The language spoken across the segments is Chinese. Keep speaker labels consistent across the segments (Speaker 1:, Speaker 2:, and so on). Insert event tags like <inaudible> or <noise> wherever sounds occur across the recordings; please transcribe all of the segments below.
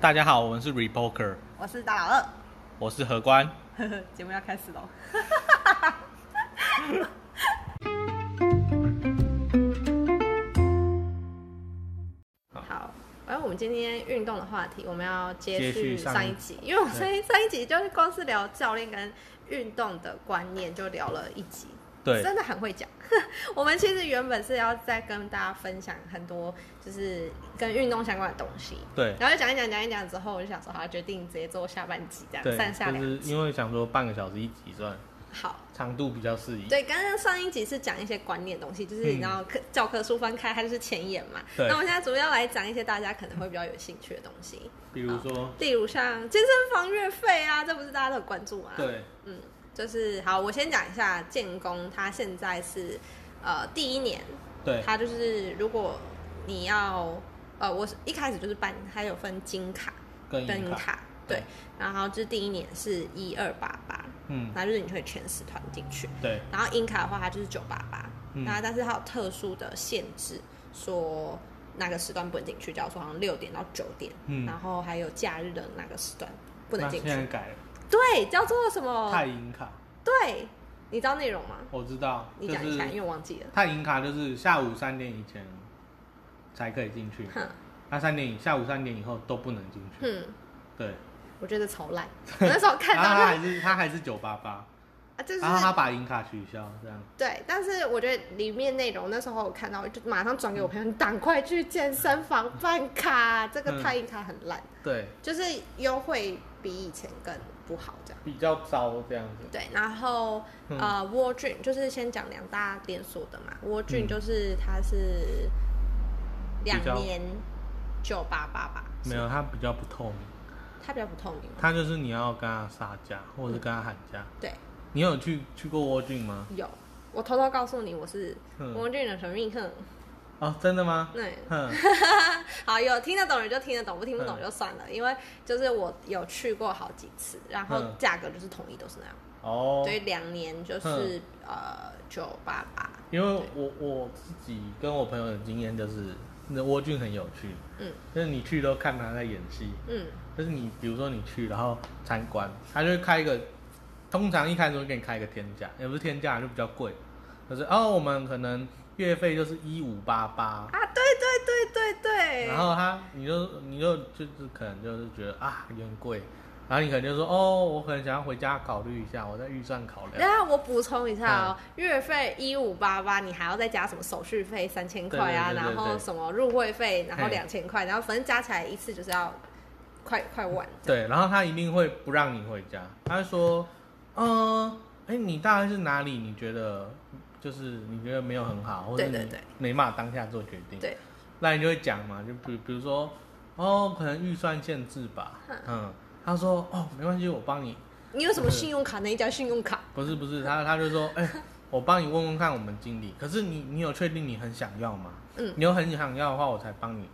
Speaker 1: 大家好，我们是 Repoker，
Speaker 2: 我是大老二
Speaker 1: 我是何官。
Speaker 2: 呵
Speaker 3: <laughs>
Speaker 2: 呵，节目要开始喽。
Speaker 3: 好，然后我们今天运动的话题，我们要接
Speaker 1: 接续
Speaker 3: 续
Speaker 1: 上
Speaker 3: 上
Speaker 1: 一
Speaker 3: 一集，因为我上一上一集就是光是聊教练跟运动的观念，就聊了一集，
Speaker 1: 对，
Speaker 3: 真的很会讲。 <laughs> 我们其实原本是要再跟大家分享很多就是跟运动相关的东西，
Speaker 1: 对，
Speaker 3: 然后就讲一讲讲一讲之后，我就想说，好，决定直接做下半集这
Speaker 1: 对，
Speaker 3: 样，上下
Speaker 1: 就是
Speaker 3: 两集。
Speaker 1: 因为想说半个小时一集算，
Speaker 3: 好，
Speaker 1: 长度比较适宜。
Speaker 3: 对，刚刚上一集是讲一些观念的东西，就是你知道课教科书翻开，它就是前言嘛。
Speaker 1: 对
Speaker 3: 那我现在主要来讲一些大家可能会比较有兴趣的东西，
Speaker 1: 比如说，
Speaker 3: 例如像健身房月费啊，这不是大家都有关注吗？，
Speaker 1: 对，
Speaker 3: 嗯，就是好，我先讲一下建工，它现在是呃第一年，
Speaker 1: 对，
Speaker 3: 它就是如果你要呃，我是一开始就是办，它有分金卡
Speaker 1: 跟银
Speaker 3: 跟
Speaker 1: 卡，
Speaker 3: 卡，对，然后就是第一年是一二八八，
Speaker 1: 嗯，
Speaker 3: 然后就是你可以全时团进去。
Speaker 1: 对，
Speaker 3: 然后银卡的话，它就是九八八，
Speaker 1: 嗯
Speaker 3: 那但是它有特殊的限制，说哪个时段不能进去，假如说好像六点到九点，
Speaker 1: 嗯
Speaker 3: 然后还有假日的哪个时段不能
Speaker 1: 那
Speaker 3: 进
Speaker 1: 现
Speaker 3: 去
Speaker 1: 在。
Speaker 3: 哦
Speaker 1: 改了
Speaker 3: 对，叫做什么
Speaker 1: 泰？银卡，
Speaker 3: 对，你知道内容吗？
Speaker 1: 我知道，
Speaker 3: 你
Speaker 1: 就
Speaker 3: 讲一
Speaker 1: 是
Speaker 3: 下，因为我忘记了。
Speaker 1: 泰银卡就是下午三点以前才可以进去，
Speaker 3: 哼，
Speaker 1: 那三点以下午三点以后都不能进去。
Speaker 3: 嗯，
Speaker 1: 对，
Speaker 3: 我觉得
Speaker 1: <laughs>
Speaker 3: 超烂。我那时候看
Speaker 1: 然
Speaker 3: 到
Speaker 1: 后他
Speaker 3: 就
Speaker 1: 还是他还是九八八，
Speaker 3: <laughs> 啊，就是
Speaker 1: 然后他把银卡取消，这样。
Speaker 3: 对，但是我觉得里面内容那时候我看到，我就马上转给我朋友，你赶快去健身房办卡，这
Speaker 1: 嗯
Speaker 3: 个太硬卡很烂。
Speaker 1: 对，
Speaker 3: 就是优惠比以前更不好这样。
Speaker 1: 比较糟这样子。
Speaker 3: 对，然后、
Speaker 1: 嗯
Speaker 3: 呃，沃郡就是先讲两大连锁的嘛，沃
Speaker 1: 嗯
Speaker 3: 郡就是它是两
Speaker 1: 比较
Speaker 3: 年九八八吧，
Speaker 1: 没有，它比较不透明。
Speaker 3: 它比较不透明嘛。
Speaker 1: 它就是你要跟他杀价，或者是跟他喊价。
Speaker 3: 对，
Speaker 1: 你有去去过蜗郡吗？
Speaker 3: 有我偷偷告诉你，我是
Speaker 1: 嗯
Speaker 3: 沃郡的神秘客。
Speaker 1: 哦，真的吗？
Speaker 3: 对，
Speaker 1: 哼， <laughs>
Speaker 3: <laughs> 好，有听得懂人就听得懂，不听不懂
Speaker 1: 嗯
Speaker 3: 就算了，因为就是我有去过好几次，然后
Speaker 1: 嗯
Speaker 3: 价格就是统一都是那样，
Speaker 1: 哦嗯
Speaker 3: 所，以两年就是、呃九八八。
Speaker 1: 因为我我自己跟我朋友的经验就是，那蜗郡很有趣，
Speaker 3: 嗯
Speaker 1: 就是你去都看他在演戏，
Speaker 3: 嗯，
Speaker 1: 就是你比如说你去然后参观，他就会开一个，通常一开始会给你开一个天价，也不是天价就比较贵，就是哦我们可能月费就是一五八八，
Speaker 3: 啊，对对对对对。
Speaker 1: 然后他，你就你就就是可能就是觉得啊有点贵，然后你可能就说哦，我可能想要回家考虑一下，我在预算考量。
Speaker 3: 然后我补充一下哦，
Speaker 1: 嗯
Speaker 3: 月费一五八八，你还要再加什么手续费三千块啊，
Speaker 1: 对对对对
Speaker 3: 然后什么入会费，然后
Speaker 1: 嘿
Speaker 3: 两千块，然后反正加起来一次就是要快快万。
Speaker 1: 对，然后他一定会不让你回家，他就说，嗯、哎，你大概是哪里？你觉得就是你觉得没有很好，或者
Speaker 3: 对对
Speaker 1: 你
Speaker 3: 对
Speaker 1: 没办法当下做决定。
Speaker 3: 对，
Speaker 1: 那你就会讲嘛，就比比如说，哦，可能预算限制吧，嗯，他说哦，没关系，我帮你
Speaker 3: 你有什么信用卡？哪一家信用卡？
Speaker 1: 不是不是，他他就说，哎、我帮你问问看我们经理。可是你你有确定你很想要吗？
Speaker 3: 嗯
Speaker 1: 你有很想要的话，我才帮你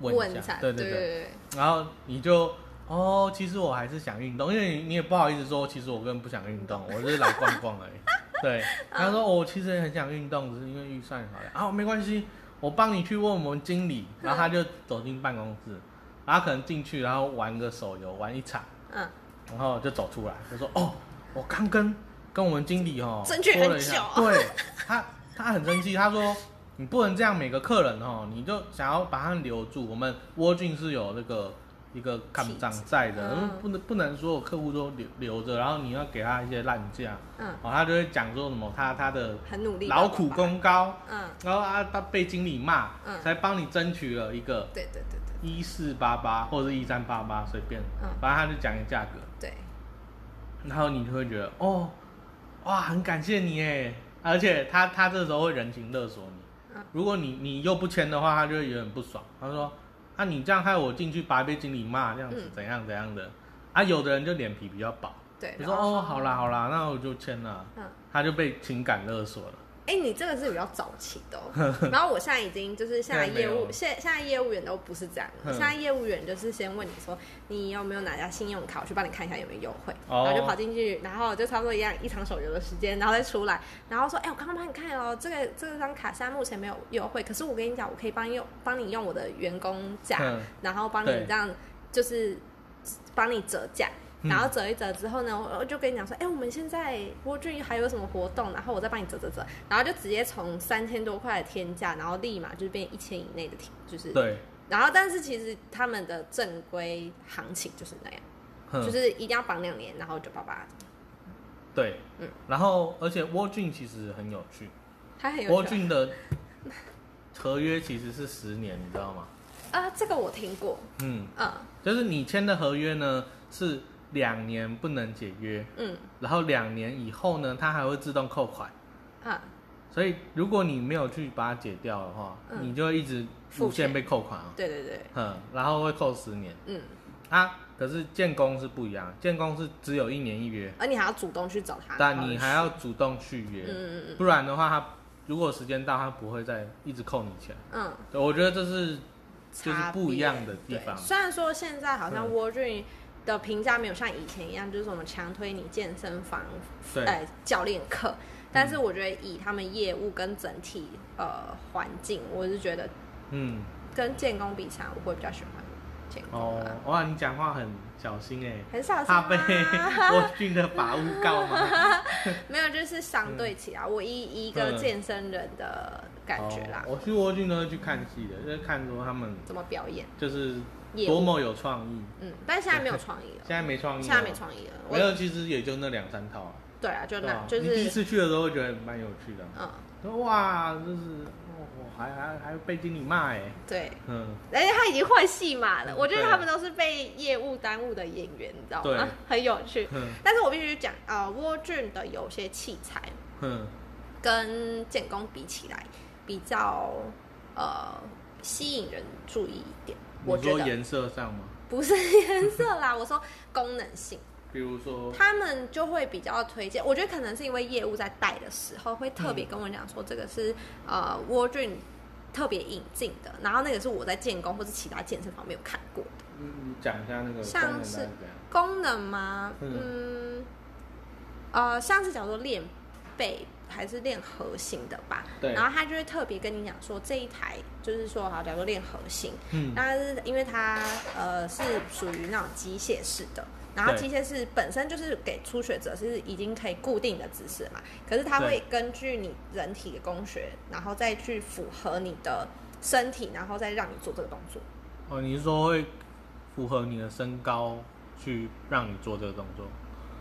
Speaker 1: 问
Speaker 3: 问
Speaker 1: 一下。
Speaker 3: 对
Speaker 1: 对对
Speaker 3: 对对。
Speaker 1: 然后你就哦，其实我还是想运动，因为你你也不好意思说，其实我根本不想运动，嗯我就是来逛逛而已。 <laughs> 对，他说哦我、其实也很想运动，只是因为预算考量。啊，没关系，我帮你去问我们经理。然后他就走进办公室，然后可能进去，然后玩个手游，玩一场。
Speaker 3: 嗯，
Speaker 1: 然后就走出来，就说：“哦，我刚跟跟我们经理哦，
Speaker 3: 争取
Speaker 1: 说了一
Speaker 3: 很
Speaker 1: 下
Speaker 3: 久
Speaker 1: 对他他很生气，他说你不能这样，每个客人哦，你就想要把他们留住。我们窝俊是有那个一个看长在的，
Speaker 3: 嗯
Speaker 1: 不能不能所有客户都留留着，然后你要给他一些烂价，
Speaker 3: 嗯
Speaker 1: 哦，他就会讲说什么他他的
Speaker 3: 很努力，
Speaker 1: 劳苦
Speaker 3: 爸爸。
Speaker 1: 功高，
Speaker 3: 嗯，
Speaker 1: 然后啊他被经理骂，
Speaker 3: 嗯
Speaker 1: 才帮你争取了一个
Speaker 3: 对对对对
Speaker 1: 一四八八或者是一三八八，随便，
Speaker 3: 嗯
Speaker 1: 反正他就讲一个价格。”
Speaker 3: 对，
Speaker 1: 然后你就会觉得哦，哇，很感谢你哎，而且他他这时候会人情勒索你
Speaker 3: 嗯，
Speaker 1: 如果你你又不签的话，他就会有点不爽，他说啊你这样害我进去把被经理骂这样子
Speaker 3: 嗯
Speaker 1: 怎样怎样的，啊有的人就脸皮比较薄，
Speaker 3: 对。
Speaker 1: 你说
Speaker 3: 然后
Speaker 1: 哦好啦好啦，那我就签了，
Speaker 3: 嗯。
Speaker 1: 他就被情感勒索了，
Speaker 3: 哎、你这个是比较早期的、
Speaker 1: <laughs>
Speaker 3: 哦，然后我现在已经就是现在
Speaker 1: 现在没
Speaker 3: 业
Speaker 1: 有
Speaker 3: 务
Speaker 1: 了
Speaker 3: 现现在业务员都不是这样了，
Speaker 1: 嗯
Speaker 3: 现在业务员就是先问你说你有没有哪家信用卡，我去帮你看一下有没有优惠，
Speaker 1: 哦
Speaker 3: 然后就跑进去，然后就差不多一样一场手游的时间，然后再出来，然后说哎、我刚刚帮你看哦，这个这张卡现在目前没有优惠，可是我跟你讲，我可以帮你用帮你用我的员工价，
Speaker 1: 嗯
Speaker 3: 然后帮你
Speaker 1: 对
Speaker 3: 这样就是帮你折价。
Speaker 1: 嗯
Speaker 3: 然后折一折之后呢，我我就跟你讲说，哎、我们现在蜗居还有什么活动，然后我再帮你折折折，然后就直接从三千多块的天价，然后立马就变一千以内的天，就是，
Speaker 1: 对，
Speaker 3: 然后但是其实他们的正规行情就是那样，
Speaker 1: 哼
Speaker 3: 就是一定要绑两年，然后九八八，
Speaker 1: 对，
Speaker 3: 嗯
Speaker 1: 然后而且沃郡其实很有趣，
Speaker 3: 他很有
Speaker 1: 沃
Speaker 3: 趣
Speaker 1: 郡的合约其实是十年，你知道吗？
Speaker 3: 啊、这个我听过，
Speaker 1: 嗯，
Speaker 3: 嗯
Speaker 1: 就是你签的合约呢是两年不能解约，
Speaker 3: 嗯
Speaker 1: 然后两年以后呢，它还会自动扣款。
Speaker 3: 啊，
Speaker 1: 所以，如果你没有去把它解掉的话，
Speaker 3: 嗯
Speaker 1: 你就会一直
Speaker 3: 付
Speaker 1: 无限
Speaker 3: 钱
Speaker 1: 被扣款啊，
Speaker 3: 对对对，
Speaker 1: 嗯，然后会扣十年
Speaker 3: 嗯，
Speaker 1: 啊。可是建工是不一样，建工是只有一年一约，
Speaker 3: 啊而你还要主动去找他，
Speaker 1: 但你还要主动续约，
Speaker 3: 嗯嗯
Speaker 1: 不然的话，他如果时间到，他不会再一直扣你钱。
Speaker 3: 嗯嗯，
Speaker 1: 对，我觉得这是就是
Speaker 3: 差
Speaker 1: 不一
Speaker 3: 别
Speaker 1: 样的地
Speaker 3: 对
Speaker 1: 方。
Speaker 3: 虽然说现在好像
Speaker 1: 嗯
Speaker 3: 蜗居的评价没有像以前一样，就是什么强推你健身房、
Speaker 1: 对，嗯
Speaker 3: 呃教练课，但是我觉得以他们业务跟整体呃环境，我是觉得
Speaker 1: 嗯，
Speaker 3: 跟建工比起来，我会比较喜欢建工
Speaker 1: 哦
Speaker 3: 啊，，
Speaker 1: 哇，你讲话很小心哎、
Speaker 3: 很少
Speaker 1: 怕被 <laughs>
Speaker 3: 啊，
Speaker 1: 沃郡的法务告吗？
Speaker 3: <laughs> 没有，就是相对起
Speaker 1: 嗯
Speaker 3: 来，我以一个健身人的 <laughs> 感觉啦
Speaker 1: 哦，我去沃郡都会去看戏的，就是看说他们
Speaker 3: 怎么表演
Speaker 1: 就是
Speaker 3: 业
Speaker 1: 多
Speaker 3: 务，
Speaker 1: 么有创意。
Speaker 3: 嗯，但现在没有创意
Speaker 1: <laughs> 现在
Speaker 3: 了，
Speaker 1: 没创意，
Speaker 3: 现在没，创意了，
Speaker 1: 没
Speaker 3: 我
Speaker 1: 有，其实也就那两三套啊。
Speaker 3: 对啊，就
Speaker 1: 对
Speaker 3: 那
Speaker 1: 吧
Speaker 3: 就
Speaker 1: 你第一
Speaker 3: 是
Speaker 1: 次去的时候会觉得蛮有趣的，
Speaker 3: 嗯，
Speaker 1: 说哇，就是我我还还还被经理骂哎、
Speaker 3: 对。
Speaker 1: 嗯，
Speaker 3: 而且他已经换戏码了，我觉得
Speaker 1: 对啊
Speaker 3: 他们都是被业务耽误的演员，你知道
Speaker 1: 对
Speaker 3: 吗？ <laughs> 很有趣。
Speaker 1: 哼
Speaker 3: 但是我必须讲，呃，沃俊的有些器材
Speaker 1: 哼，
Speaker 3: 跟建工比起来，比较呃吸引人注意一点。我
Speaker 1: 你
Speaker 3: 觉
Speaker 1: 说
Speaker 3: 得
Speaker 1: 颜色上吗？
Speaker 3: 不是颜色啦， <laughs> 我说功能性，
Speaker 1: 比如说，
Speaker 3: 他们就会比较推荐。我觉得可能是因为业务在带的时候会特别跟我讲说，这个是、呃沃俊特别引进的，然后那个是我在建工或者其他健身房没有看过。
Speaker 1: 嗯你讲一下那个
Speaker 3: 像
Speaker 1: 功能
Speaker 3: 是
Speaker 1: 大概怎样
Speaker 3: 功能吗？
Speaker 1: 嗯
Speaker 3: 嗯，呃，像是假如说练背还是练核心的吧，
Speaker 1: 对
Speaker 3: 然后他就会特别跟你讲说这一台就是说好，假如说练核心，
Speaker 1: 嗯，
Speaker 3: 那是因为它呃是属于那种机械式的。然后
Speaker 1: 对
Speaker 3: 机械式本身就是给初学者是已经可以固定的姿势嘛，可是它
Speaker 1: 对
Speaker 3: 会根据你人体的工学，然后再去符合你的身体，然后再让你做这个动作。
Speaker 1: 哦，你是说会符合你的身高去让你做这个动作？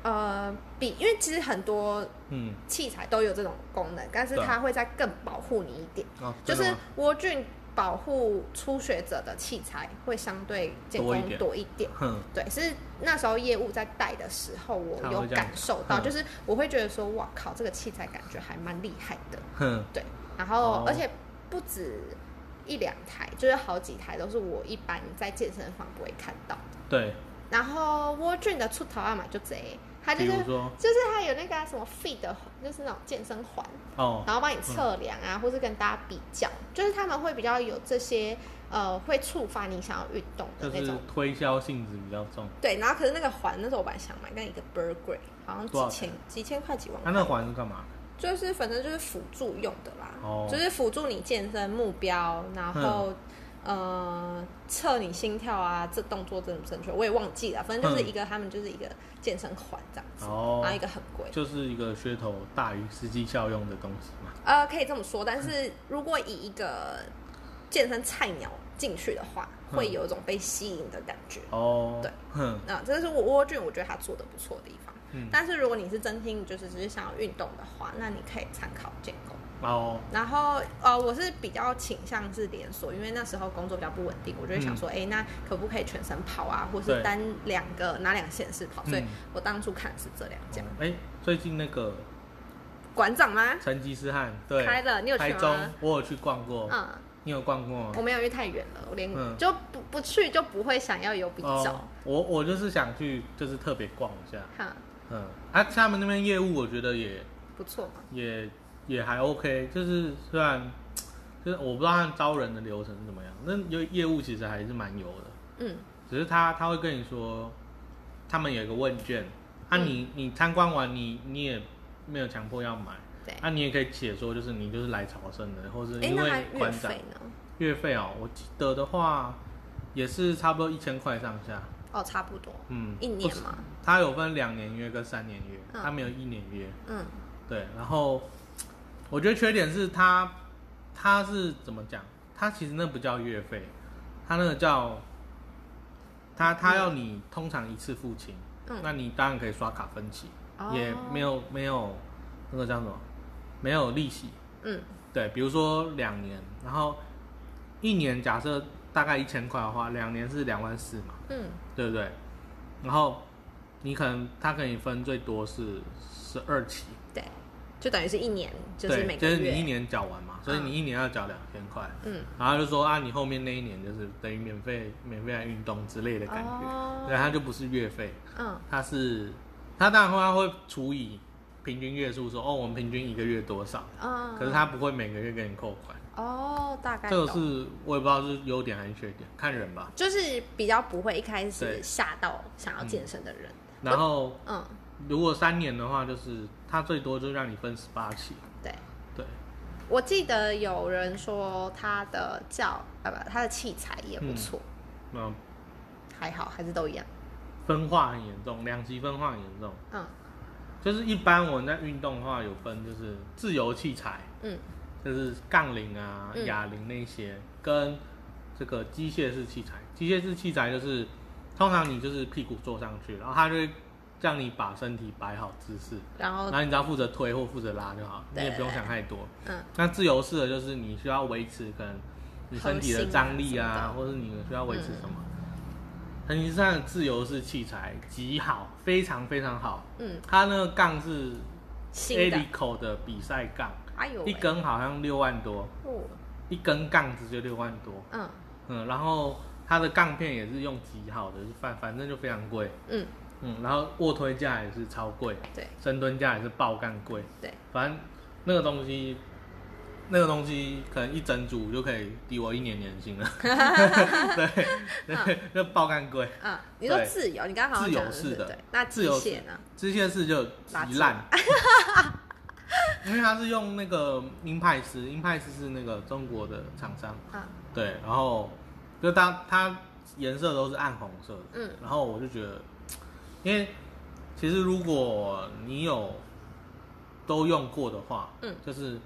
Speaker 3: 呃，比因为其实很多
Speaker 1: 嗯，
Speaker 3: 器材都有这种功能，但是
Speaker 1: 对啊
Speaker 3: 它会再更保护你一点，
Speaker 1: 哦，
Speaker 3: 就
Speaker 1: 真的
Speaker 3: 是
Speaker 1: 吗
Speaker 3: 蜗菌保护初学者的器材会相对健
Speaker 1: 多一
Speaker 3: 康
Speaker 1: 点
Speaker 3: 多一点。
Speaker 1: 哼，
Speaker 3: 对，是那时候业务在带的时候，我
Speaker 1: 他会
Speaker 3: 有
Speaker 1: 这样
Speaker 3: 感受到，
Speaker 1: 嗯
Speaker 3: 就是我会觉得说，哇靠，这个器材感觉还蛮厉害的。
Speaker 1: 哼，
Speaker 3: 对，然后、
Speaker 1: 哦
Speaker 3: 而且不止一两台，就是好几台都是我一般在健身房不会看到的。
Speaker 1: 对，
Speaker 3: 然后蜗菌的出头啊嘛就贼，它就
Speaker 1: 比
Speaker 3: 是
Speaker 1: 如说，
Speaker 3: 就是它有那个啊、什么 feed，的就是那种健身环，
Speaker 1: 哦，
Speaker 3: 然后帮你测量啊，或是跟大家比较，就是他们会比较有这些呃，会触发你想要运动的
Speaker 1: 就
Speaker 3: 那
Speaker 1: 是
Speaker 3: 种。
Speaker 1: 推销性质比较重。
Speaker 3: 对，然后可是那个环那时候我本来想买，但一个 b u r g e r 好像
Speaker 1: 多少
Speaker 3: 几
Speaker 1: 钱
Speaker 3: 千几千块几万
Speaker 1: 它、
Speaker 3: 块，
Speaker 1: 啊那环是干嘛？
Speaker 3: 就是反正就是辅助用的啦，
Speaker 1: 哦
Speaker 3: 就是辅助你健身目标，然后、呃测你心跳啊，这动作正不正确，我也忘记了，反正就是一个、他们就是一个健身环这样子，
Speaker 1: 哦
Speaker 3: 然后一个很贵。
Speaker 1: 就是一个噱头大于实际效用的东西嘛。
Speaker 3: 呃，可以这么说，但是如果以一个健身菜鸟进去的话，
Speaker 1: 嗯
Speaker 3: 会有一种被吸引的感觉。
Speaker 1: 哦，
Speaker 3: 对，
Speaker 1: 哼，
Speaker 3: 那、这是我蜗俊，我觉得他做的不错的地方。
Speaker 1: 嗯
Speaker 3: 但是如果你是真心就是只是想要运动的话，那你可以参考建构。
Speaker 1: 哦，
Speaker 3: 然后呃，我是比较倾向是连锁，因为那时候工作比较不稳定，我就会想说，哎、那可不可以全身跑啊，或
Speaker 1: 嗯对
Speaker 3: 是单两个哪两个县市跑？所以
Speaker 1: 嗯
Speaker 3: 我当初看的是这两家。
Speaker 1: 哎、最近那个
Speaker 3: 馆长吗？
Speaker 1: 成吉思汗对
Speaker 3: 开了你有去
Speaker 1: 台
Speaker 3: 吗
Speaker 1: 中，我有去逛过，
Speaker 3: 嗯，
Speaker 1: 你有逛过吗？
Speaker 3: 我没有，因为太远了，我连、
Speaker 1: 嗯
Speaker 3: 就不不去就不会想要有比较。
Speaker 1: 哦，我我就是想去，就是特别逛一下。
Speaker 3: 哈、
Speaker 1: 嗯，啊，他们那边业务我觉得也
Speaker 3: 不错嘛。
Speaker 1: 也也还 OK，就是虽然就是我不知道他们招人的流程是怎么样，那业业务其实还是蛮有的，
Speaker 3: 嗯，
Speaker 1: 只是他他会跟你说，他们有一个问卷，啊
Speaker 3: 嗯
Speaker 1: 你、你参观完你你也没有强迫要买，
Speaker 3: 对。
Speaker 1: 啊你也可以写说就是你就是来朝圣的，或是
Speaker 3: 哎、
Speaker 1: 因
Speaker 3: 那
Speaker 1: 为
Speaker 3: 还
Speaker 1: 馆
Speaker 3: 月
Speaker 1: 长
Speaker 3: 费呢？
Speaker 1: 月费哦，我记得的话也是差不多一千块上下，
Speaker 3: 哦，差不多
Speaker 1: 嗯，
Speaker 3: 一年嘛，
Speaker 1: 它有分两年约跟三年约，
Speaker 3: 嗯
Speaker 1: 它没有一年约。
Speaker 3: 嗯
Speaker 1: 对，然后我觉得缺点是它，它是怎么讲？它其实那不叫月费，它那个叫，它它要你通常一次付清，
Speaker 3: 嗯，
Speaker 1: 那你当然可以刷卡分期，
Speaker 3: 哦
Speaker 1: 也没有没有那个叫什么，没有利息。
Speaker 3: 嗯
Speaker 1: 对，比如说两年，然后一年假设大概一千块的话，两年是两万四嘛，
Speaker 3: 嗯
Speaker 1: 对不对？然后你可能它可以分最多是十二期，
Speaker 3: 对，就等于是一年，就是
Speaker 1: 对，
Speaker 3: 每
Speaker 1: 就
Speaker 3: 个
Speaker 1: 是你一
Speaker 3: 月，
Speaker 1: 年缴完嘛，所以你一年要缴两千块，
Speaker 3: 嗯，
Speaker 1: 然后就说啊，你后面那一年就是等于免费免费来运动之类的感觉，对，啊
Speaker 3: 哦，
Speaker 1: 它就不是月费，
Speaker 3: 嗯
Speaker 1: 它是它当然它会除以平均月数说，哦，我们平均一个月多少，
Speaker 3: 嗯，
Speaker 1: 可是它不会每个月给你扣款，
Speaker 3: 哦，大概
Speaker 1: 这个
Speaker 3: 懂
Speaker 1: 是我也不知道是优点还是缺点，看人吧。
Speaker 3: 就是比较不会一开始
Speaker 1: 对
Speaker 3: 吓到想要健身的人，
Speaker 1: 然后
Speaker 3: 嗯，
Speaker 1: 如果三年的话，就是它最多就让你分十八期，
Speaker 3: 对。
Speaker 1: 对，
Speaker 3: 我记得有人说他的教呃不，他的器材也不错，
Speaker 1: 那嗯
Speaker 3: 还好还是都一样。
Speaker 1: 分化很严重，两极分化很严重。
Speaker 3: 嗯
Speaker 1: 就是一般我们在运动的话，有分就是自由器材，
Speaker 3: 嗯
Speaker 1: 就是杠铃啊
Speaker 3: 嗯、
Speaker 1: 哑铃那些，跟这个机械式器材。机械式器材就是通常你就是屁股坐上去，然后它就会让你把身体摆好姿势，
Speaker 3: 然后
Speaker 1: 然后你只要负责推或负责拉就好，你
Speaker 3: 哦对
Speaker 1: 也不用想太多。
Speaker 3: 嗯
Speaker 1: 那自由式的就是你需要维持可能你身体的张力啊，或是你需要维持
Speaker 3: 嗯
Speaker 1: 什么。横行上的自由式器材极好，非常非常好。
Speaker 3: 嗯，
Speaker 1: 它那个杠是
Speaker 3: 新的，
Speaker 1: Alico 的比赛杠，
Speaker 3: 哎呦喂
Speaker 1: 一，根好像六万多，
Speaker 3: 哦，
Speaker 1: 一根杠子就六万多。
Speaker 3: 嗯
Speaker 1: 嗯，然后它的杠片也是用极好的，反反正就非常贵。
Speaker 3: 嗯，
Speaker 1: 嗯，然后卧推架也是超贵，
Speaker 3: 对
Speaker 1: 深蹲架也是爆干贵。
Speaker 3: 对，
Speaker 1: 反正那个东西，那个东西可能一整组就可以抵我一年年薪了。 <laughs>
Speaker 3: <laughs>
Speaker 1: 对，对， <laughs> 那爆干贵。
Speaker 3: 嗯，你说
Speaker 1: 对
Speaker 3: 自由，你刚刚好像
Speaker 1: 自
Speaker 3: 讲
Speaker 1: 由
Speaker 3: 是
Speaker 1: 式的
Speaker 3: 对，那
Speaker 1: 自
Speaker 3: 机
Speaker 1: 由
Speaker 3: 械呢？
Speaker 1: 机械式就极
Speaker 3: <laughs>
Speaker 1: 烂，因为它是用那个英派斯，英派斯是那个中国的厂商，
Speaker 3: 啊
Speaker 1: 对，然后就它它颜色都是暗红色的，
Speaker 3: 嗯
Speaker 1: 然后我就觉得，因为其实如果你有都用过的话，
Speaker 3: 嗯
Speaker 1: 就是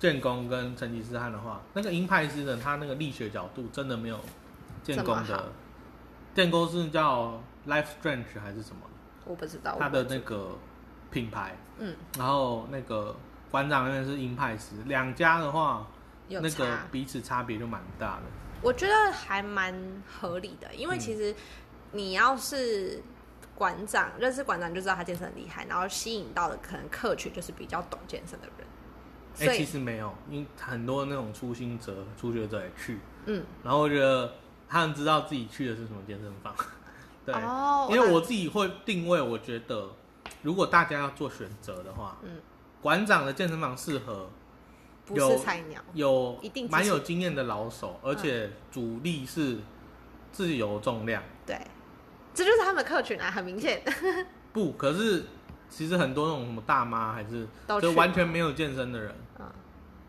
Speaker 1: 建工跟成吉思汗的话，那个英派斯的它那个力学角度真的没有建工
Speaker 3: 这么好
Speaker 1: 的，建工是叫 Life Strange 还是什么？
Speaker 3: 我不知道，
Speaker 1: 它
Speaker 3: 我
Speaker 1: 的
Speaker 3: 不
Speaker 1: 那个品牌，
Speaker 3: 嗯
Speaker 1: 然后那个馆长那边是鹰派斯，两家的话，
Speaker 3: 有
Speaker 1: 那个
Speaker 3: 差，
Speaker 1: 彼此差别就蛮大的。
Speaker 3: 我觉得还蛮合理的，因为
Speaker 1: 嗯
Speaker 3: 其实你要是。馆长认识馆长就知道他健身很厉害，然后吸引到的可能客群就是比较懂健身的人，
Speaker 1: 哎、
Speaker 3: 所以
Speaker 1: 其实没有，因为很多那种初心者、初学者也去，
Speaker 3: 嗯，
Speaker 1: 然后我觉得他们知道自己去的是什么健身房， <laughs> 对，
Speaker 3: 哦，
Speaker 1: 因为我自己会定位，我觉得如果大家要做选择的话，
Speaker 3: 嗯，
Speaker 1: 馆长的健身房适合
Speaker 3: 不是
Speaker 1: 有
Speaker 3: 菜鸟，
Speaker 1: 有
Speaker 3: 一定嗯
Speaker 1: 蛮
Speaker 3: 自己
Speaker 1: 有经验的老手，而且主力是自由重量。
Speaker 3: 对，这就是他们客群啊，很明显。
Speaker 1: 不，可是其实很多那种什么大妈还是
Speaker 3: 都
Speaker 1: 就
Speaker 3: 去
Speaker 1: 完
Speaker 3: 吗
Speaker 1: 全没有健身的人，
Speaker 3: 嗯，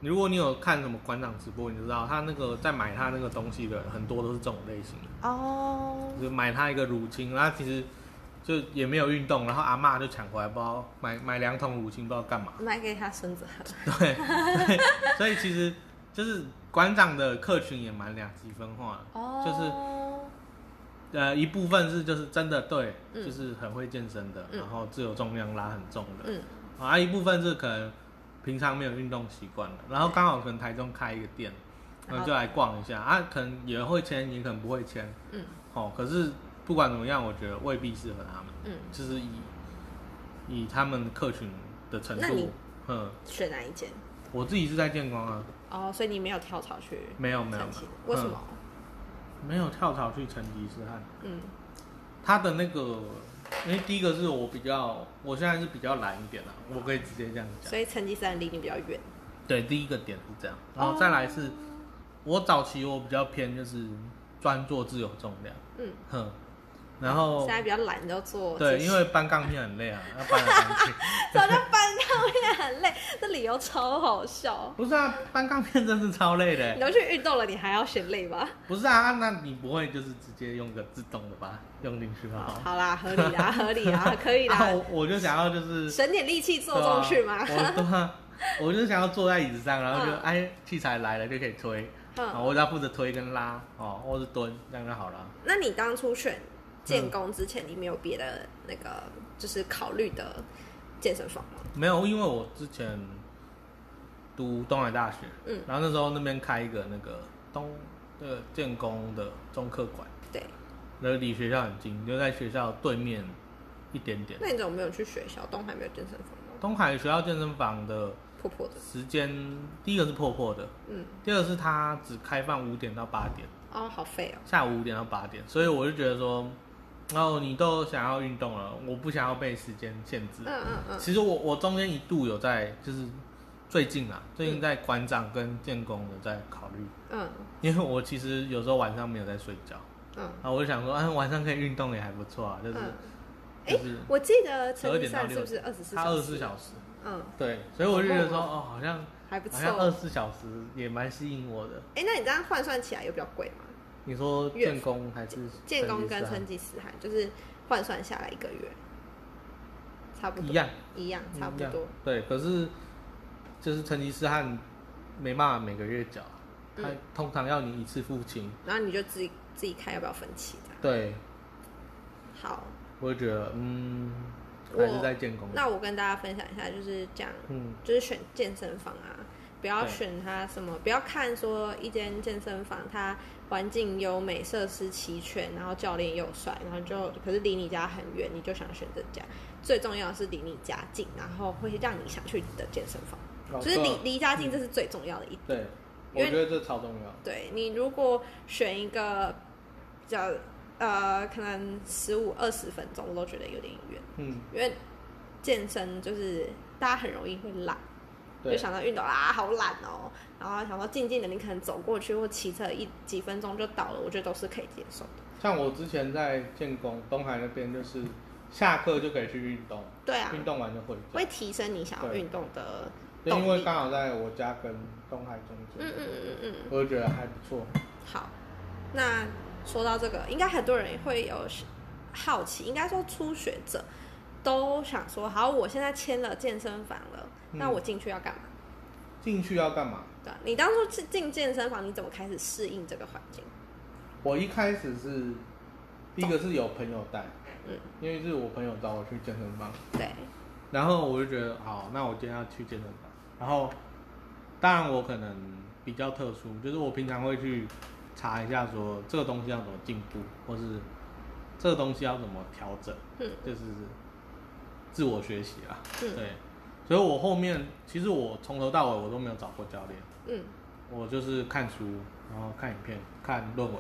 Speaker 1: 如果你有看什么馆长直播，你就知道他那个在买他那个东西的人很多都是这种类型的，
Speaker 3: 哦，
Speaker 1: 就是买他一个乳清，然后其实就也没有运动，然后阿嬷就抢回来，不知道买买两桶乳清不知道干嘛，
Speaker 3: 买给他孙子喝。
Speaker 1: 对，所以其实就是馆长的客群也蛮两极分化的，
Speaker 3: 哦，
Speaker 1: 就是呃一部分是就是真的对，
Speaker 3: 嗯
Speaker 1: 就是很会健身的，
Speaker 3: 嗯
Speaker 1: 然后自由重量拉很重的，
Speaker 3: 嗯
Speaker 1: 啊，一部分是可能平常没有运动习惯的，然后刚好可能台中开一个店，
Speaker 3: 然
Speaker 1: 然
Speaker 3: 后
Speaker 1: 后就来逛一下啊，可能也会签，也可能不会签，
Speaker 3: 嗯
Speaker 1: 哦，可是不管怎么样，我觉得未必适合他们，
Speaker 3: 嗯，
Speaker 1: 就是以以他们客群的程
Speaker 3: 那你
Speaker 1: 度，嗯，
Speaker 3: 选哪一间？
Speaker 1: 我自己是在建光啊，
Speaker 3: 哦，所以你没有跳槽去
Speaker 1: 没有没有
Speaker 3: 成，绩，为什么？
Speaker 1: 没有跳槽去成吉思汗，
Speaker 3: 嗯
Speaker 1: 他的那个，因为第一个是我比较，我现在是比较懒一点啦、我可以直接这样讲。
Speaker 3: 所以成绩三离你比较远。
Speaker 1: 对，第一个点是这样，然
Speaker 3: 哦
Speaker 1: 后再来是，我早期我比较偏就是专做自由重量，
Speaker 3: 嗯，
Speaker 1: 哼，然后
Speaker 3: 现在比较懒，就做
Speaker 1: 哦对，
Speaker 3: 机
Speaker 1: <laughs>
Speaker 3: 器 <laughs>
Speaker 1: 因为搬杠片很累啊，要搬来搬去，
Speaker 3: 早就搬也很累，这理由超好笑。
Speaker 1: 不是啊，搬杠片真是超累
Speaker 3: 你
Speaker 1: 的。
Speaker 3: 都去运动了，你还要选累吗？
Speaker 1: 不是啊，那你不会就是直接用个自动的吧？用进去吧。
Speaker 3: 好啦，合理
Speaker 1: <laughs>
Speaker 3: 啦，合理啦，可以
Speaker 1: 啊
Speaker 3: 啦，
Speaker 1: 我我就想要就是
Speaker 3: 省点力气坐中去嘛。
Speaker 1: 对啊我对啊，我就想要坐在椅子上，然后就
Speaker 3: 嗯
Speaker 1: 哎器材来了就可以推，啊，
Speaker 3: 嗯，
Speaker 1: 我只要负责推跟拉哦，或是蹲，这样就好了。
Speaker 3: 那你当初选建工之前，你没有别的那个就是考虑的健身房吗？
Speaker 1: 没有，因为我之前读东海大学，
Speaker 3: 嗯，
Speaker 1: 然后那时候那边开一个那个东那个建工的中科馆，
Speaker 3: 对，
Speaker 1: 然后离学校很近，就在学校对面一点点。
Speaker 3: 那你怎么没有去学校？东海没有健身房吗？
Speaker 1: 东海学校健身房的
Speaker 3: 破破的，
Speaker 1: 时间，第一个是破破的，
Speaker 3: 嗯，
Speaker 1: 第二个是它只开放五点到八点。
Speaker 3: 哦，好废哦，
Speaker 1: 下午五点到八点，所以我就觉得说，哦，你都想要运动了，我不想要被时间限制
Speaker 3: 嗯。嗯嗯，
Speaker 1: 其实我我中间一度有在，就是最近啊，最近在馆长跟建工的在考虑，
Speaker 3: 嗯
Speaker 1: 因为我其实有时候晚上没有在睡觉，
Speaker 3: 嗯
Speaker 1: 然后我就想说，啊，晚上可以运动也还不错啊，就是、
Speaker 3: 嗯，哎
Speaker 1: 就是，
Speaker 3: 我记得
Speaker 1: 12
Speaker 3: 成绩
Speaker 1: 点到
Speaker 3: 上是
Speaker 1: 六
Speaker 3: 不是二十四？
Speaker 1: 他二十四小时，
Speaker 3: 嗯，
Speaker 1: 对，所以我就觉得说，
Speaker 3: 好猛
Speaker 1: 哦，好像
Speaker 3: 还不错
Speaker 1: 好。像二十四小时也蛮吸引我的。
Speaker 3: 哎、那你这样换算起来有比较贵吗？
Speaker 1: 你说
Speaker 3: 月
Speaker 1: 建工还是
Speaker 3: 建工跟
Speaker 1: 成
Speaker 3: 成吉思汗就是换算下来一个月，差不多
Speaker 1: 一样。
Speaker 3: 一样，差不多。
Speaker 1: 嗯对，可是就是成吉思汗没办法每个月缴，他
Speaker 3: 嗯
Speaker 1: 通常要你一次付清。
Speaker 3: 然后你就自己自己看要不要分期的。
Speaker 1: 对，
Speaker 3: 好，
Speaker 1: 我就觉得嗯，还是
Speaker 3: 我
Speaker 1: 在建工。
Speaker 3: 那我跟大家分享一下，就是这样，
Speaker 1: 嗯，
Speaker 3: 就是选健身房啊，不要
Speaker 1: 对
Speaker 3: 选它什么，不要看说一间健身房它环境优美、设施齐全，然后教练又帅，然后就可是离你家很远，你就想选这家。最重要的是离你家近，然后会让你想去你的健身房，就是离
Speaker 1: 嗯
Speaker 3: 离家近，这是最重要的一点。
Speaker 1: 对，
Speaker 3: 因
Speaker 1: 我
Speaker 3: 为
Speaker 1: 觉得这超重要。
Speaker 3: 对你如果选一个比较呃，可能十五二十分钟，我都觉得有点远，
Speaker 1: 嗯，
Speaker 3: 因为健身就是大家很容易会懒，就
Speaker 1: 对，
Speaker 3: 想到运动啊，好懒哦，然后想到静静的，你可能走过去或骑车一几分钟就到了，我觉得都是可以接受的。
Speaker 1: 像我之前在建工东海那边，就是下课就可以去运动，
Speaker 3: 对啊，
Speaker 1: 运动完就回
Speaker 3: 会
Speaker 1: 家。
Speaker 3: 提升你想要
Speaker 1: 嗯对
Speaker 3: 运动的
Speaker 1: 就因
Speaker 3: 动
Speaker 1: 为
Speaker 3: 力。
Speaker 1: 刚好在我家跟东海中
Speaker 3: 嗯
Speaker 1: 间，
Speaker 3: 嗯嗯嗯嗯，
Speaker 1: 我就觉得还不错。
Speaker 3: 好。那说到这个，应该很多人会有好奇，应该说初学者都想说，好，我现在签了健身房了，
Speaker 1: 嗯
Speaker 3: 那我进去要干嘛？
Speaker 1: 进去要干嘛？
Speaker 3: 对啊、你当初进进健身房，你怎么开始适应这个环境？
Speaker 1: 我一开始是，第一个是有朋友带，
Speaker 3: 嗯，
Speaker 1: 因为是我朋友找我去健身房，
Speaker 3: 对，
Speaker 1: 然后我就觉得好，那我今天要去健身房。然后，当然我可能比较特殊，就是我平常会去查一下说这个东西要怎么进步，或是这个东西要怎么调整，
Speaker 3: 嗯
Speaker 1: 就是自我学习啊。
Speaker 3: 嗯
Speaker 1: 对，所以我后面其实我从头到尾我都没有找过教练，
Speaker 3: 嗯。
Speaker 1: 我就是看书，然后看影片，看论文。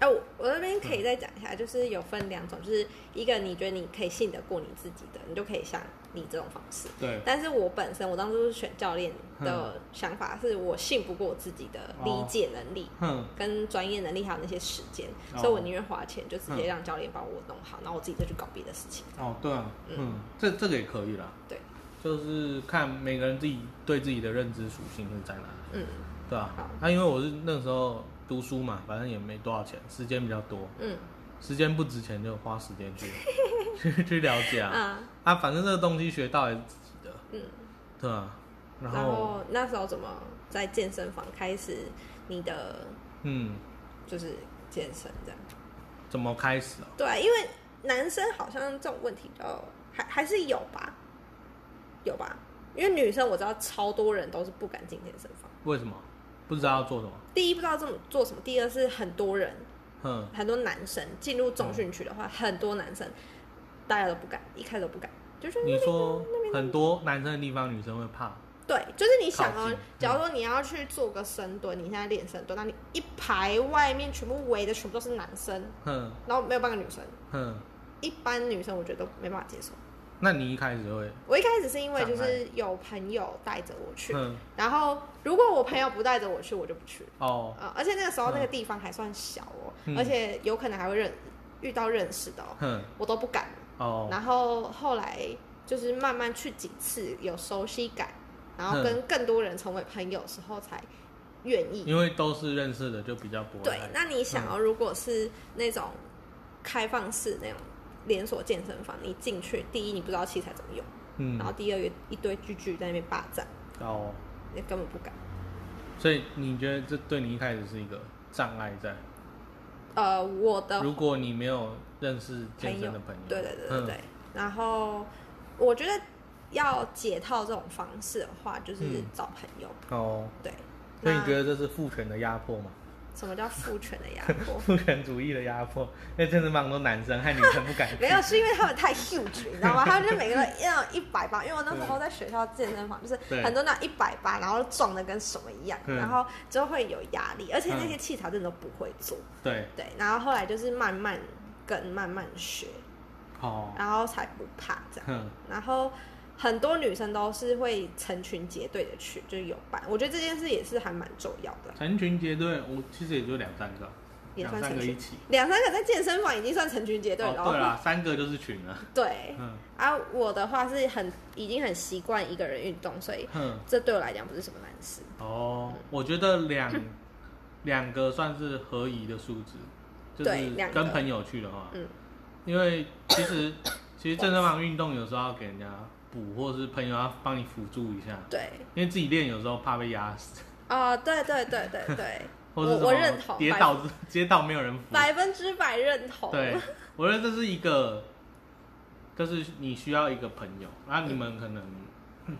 Speaker 3: 哎、我我那边可以再讲一下，就是有分两种，就是一个你觉得你可以信得过你自己的，你就可以像你这种方式。
Speaker 1: 对，
Speaker 3: 但是我本身我当初选教练
Speaker 1: 嗯
Speaker 3: 的想法是我信不过我自己的理解能力、
Speaker 1: 哼。
Speaker 3: 跟专业能力，还有那些时间，
Speaker 1: 哦
Speaker 3: 所以我宁愿花钱就直接让教练帮我弄好，然后我自己再去搞别的事情。
Speaker 1: 哦，对啊，
Speaker 3: 嗯
Speaker 1: 嗯，这这个也可以啦。
Speaker 3: 对，
Speaker 1: 就是看每个人自己对自己的认知属性是在哪里，
Speaker 3: 嗯
Speaker 1: 对吧、
Speaker 3: 好
Speaker 1: 啊？那、因为我是那时候读书嘛，反正也没多少钱，时间比较多，
Speaker 3: 嗯
Speaker 1: 时间不值钱就花时间
Speaker 3: <laughs>
Speaker 1: 去去去了解啊。
Speaker 3: 啊
Speaker 1: 啊，反正这个东西学到也是自己的，
Speaker 3: 嗯，
Speaker 1: 对啊。然
Speaker 3: 然
Speaker 1: 后，
Speaker 3: 后那时候怎么在健身房开始你的
Speaker 1: 嗯，
Speaker 3: 就是健身这样？
Speaker 1: 怎么开始啊？
Speaker 3: 对，因为男生好像这种问题比较还还是有吧，有吧？因为女生我知道超多人都是不敢进健身房，
Speaker 1: 为什么？不知道要做什么？
Speaker 3: 第一不知道这么做什么，第二是很多人
Speaker 1: 哼，
Speaker 3: 很多男生进入中训区的话，很多男生大家都不敢，一开始都不敢，就是
Speaker 1: 你说很多男生的地方，女生会怕，
Speaker 3: 对，就是你想
Speaker 1: 靠
Speaker 3: 哦
Speaker 1: 近，嗯
Speaker 3: 假如说你要去做个深蹲，你现在练深蹲，那你一排外面全部围的全部都是男生，
Speaker 1: 哼
Speaker 3: 然后没有半个女生，
Speaker 1: 哼。
Speaker 3: 一般女生我觉得都没办法接受。
Speaker 1: 那你一开始会，
Speaker 3: 我一开始是因为就
Speaker 1: 障
Speaker 3: 是有朋友带着我去，
Speaker 1: 哼，
Speaker 3: 然后如果我朋友不带着我去，我就不去。
Speaker 1: 哦，
Speaker 3: 啊、而且那个时候
Speaker 1: 嗯
Speaker 3: 那个地方还算小哦，
Speaker 1: 嗯
Speaker 3: 而且有可能还会认遇到认识的哦，
Speaker 1: 哼，
Speaker 3: 我都不敢。
Speaker 1: 哦，
Speaker 3: 然后后来就是慢慢去几次有熟悉感，然后
Speaker 1: 嗯
Speaker 3: 跟更多人成为朋友的时候才愿意
Speaker 1: 因为都是认识的，就比较不会
Speaker 3: 对
Speaker 1: 害，怕。
Speaker 3: 那你想要如果是那种开放式那种连锁健身房，你进去，第一你不知道器材怎么用，
Speaker 1: 嗯
Speaker 3: 然，后第二有一堆巨巨在那边霸占，
Speaker 1: 哦，
Speaker 3: 你根本不敢。
Speaker 1: 所以你觉得这对你一开始是一个障碍在？
Speaker 3: 呃，我的
Speaker 1: 如果你没有认识健
Speaker 3: 朋友
Speaker 1: 身的朋友，嗯
Speaker 3: 对对对对对，然后我觉得要解套这种方式的话，就是
Speaker 1: 嗯
Speaker 3: 找朋友。
Speaker 1: 嗯哦，
Speaker 3: 对，
Speaker 1: 所以你
Speaker 3: 那
Speaker 1: 觉得这是父权的压迫吗？
Speaker 3: 什么叫父权的压迫？ <laughs>
Speaker 1: 父权主义的压迫， <laughs> 因为健身房很多男生和女生不敢去
Speaker 3: <laughs> 没有，是因为他们太 huge，你知道吗？他们就每个人要一百八，因为我那时候在学校健身房，就是
Speaker 1: 对
Speaker 3: 很多那一百八，然后撞的跟什么一样，
Speaker 1: 嗯
Speaker 3: 然后就会有压力，而且那
Speaker 1: 嗯
Speaker 3: 些器材真的都不会做，
Speaker 1: 对，
Speaker 3: 对，然后后来就是慢慢跟慢慢学，
Speaker 1: 哦，
Speaker 3: 然后才不怕这样，
Speaker 1: 哼，
Speaker 3: 然后。很多女生都是会成群结队的去，就是有伴。我觉得这件事也是还蛮重要的，
Speaker 1: 成群结队，我其实也就两三个，
Speaker 3: 也
Speaker 1: 两
Speaker 3: 算
Speaker 1: 三
Speaker 3: 成
Speaker 1: 个一
Speaker 3: 群。
Speaker 1: 起。
Speaker 3: 两三个在健身房已经算成群结队了
Speaker 1: 哦，
Speaker 3: 哦。
Speaker 1: 对啦，三个就是群了。
Speaker 3: <laughs> 对，
Speaker 1: 嗯
Speaker 3: 啊，我的话是很已经很习惯一个人运动，所以
Speaker 1: 哼，
Speaker 3: 这对我来讲不是什么难事。
Speaker 1: 哦，我觉得
Speaker 3: <laughs>
Speaker 1: 两两个算是合宜的数值，就
Speaker 3: 对
Speaker 1: 是
Speaker 3: 两个
Speaker 1: 跟朋友去的话，
Speaker 3: 嗯，
Speaker 1: 因为其实 <coughs> 其实健身房运动有时候要给人家补，或是朋友要帮你辅助一下，
Speaker 3: 对，
Speaker 1: 因为自己练有时候怕被压死，，
Speaker 3: 啊、对对对对对
Speaker 1: <laughs> 或
Speaker 3: 我
Speaker 1: 是
Speaker 3: 我
Speaker 1: 什么
Speaker 3: 认同，
Speaker 1: 跌
Speaker 3: 百
Speaker 1: 倒 <laughs> 跌倒没有人扶，
Speaker 3: 百分之百认同。
Speaker 1: 对，我觉得这是一个，就是你需要一个朋友，那你们可能、 <coughs>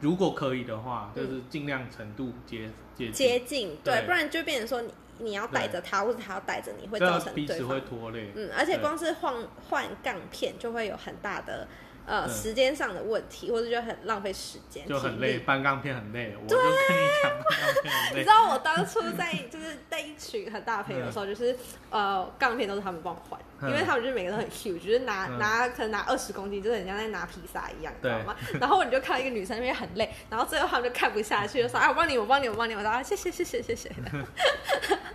Speaker 1: 如果可以的话，就是尽量程度接接
Speaker 3: 接
Speaker 1: 近，
Speaker 3: 近，
Speaker 1: 对
Speaker 3: 对，不然就变成说你你要带着他，或者他要带着你，会
Speaker 1: 这
Speaker 3: 造
Speaker 1: 样
Speaker 3: 成
Speaker 1: 彼
Speaker 3: 对
Speaker 1: 此会
Speaker 3: 方。
Speaker 1: 拖累。
Speaker 3: 嗯，而且
Speaker 1: 对
Speaker 3: 光是换换杠片就会有很大的呃
Speaker 1: 嗯
Speaker 3: 时间上的问题，或者就很浪费时间，
Speaker 1: 就很
Speaker 3: 体
Speaker 1: 累，
Speaker 3: 力啊
Speaker 1: 搬钢片很累，我就跟你讲，搬钢片很
Speaker 3: <laughs> 你知
Speaker 1: 累。
Speaker 3: 道我当初在 <laughs> 就是在一群很大的朋友的时候，就是呃杠片都是他们帮我换，
Speaker 1: 嗯
Speaker 3: 因为他们就是每个都很 huge，就是拿
Speaker 1: 嗯
Speaker 3: 拿可能拿二十公斤，就是很像在拿披萨一样，你知道
Speaker 1: 对
Speaker 3: 吗？ <laughs> 然后我就看到一个女生那边很累，然后最后他们就看不下去，就说啊我帮你，我帮你，我帮你，我说啊谢谢谢谢谢谢。啊